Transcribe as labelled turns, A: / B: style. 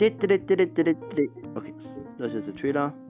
A: Okay, that's just a trailer.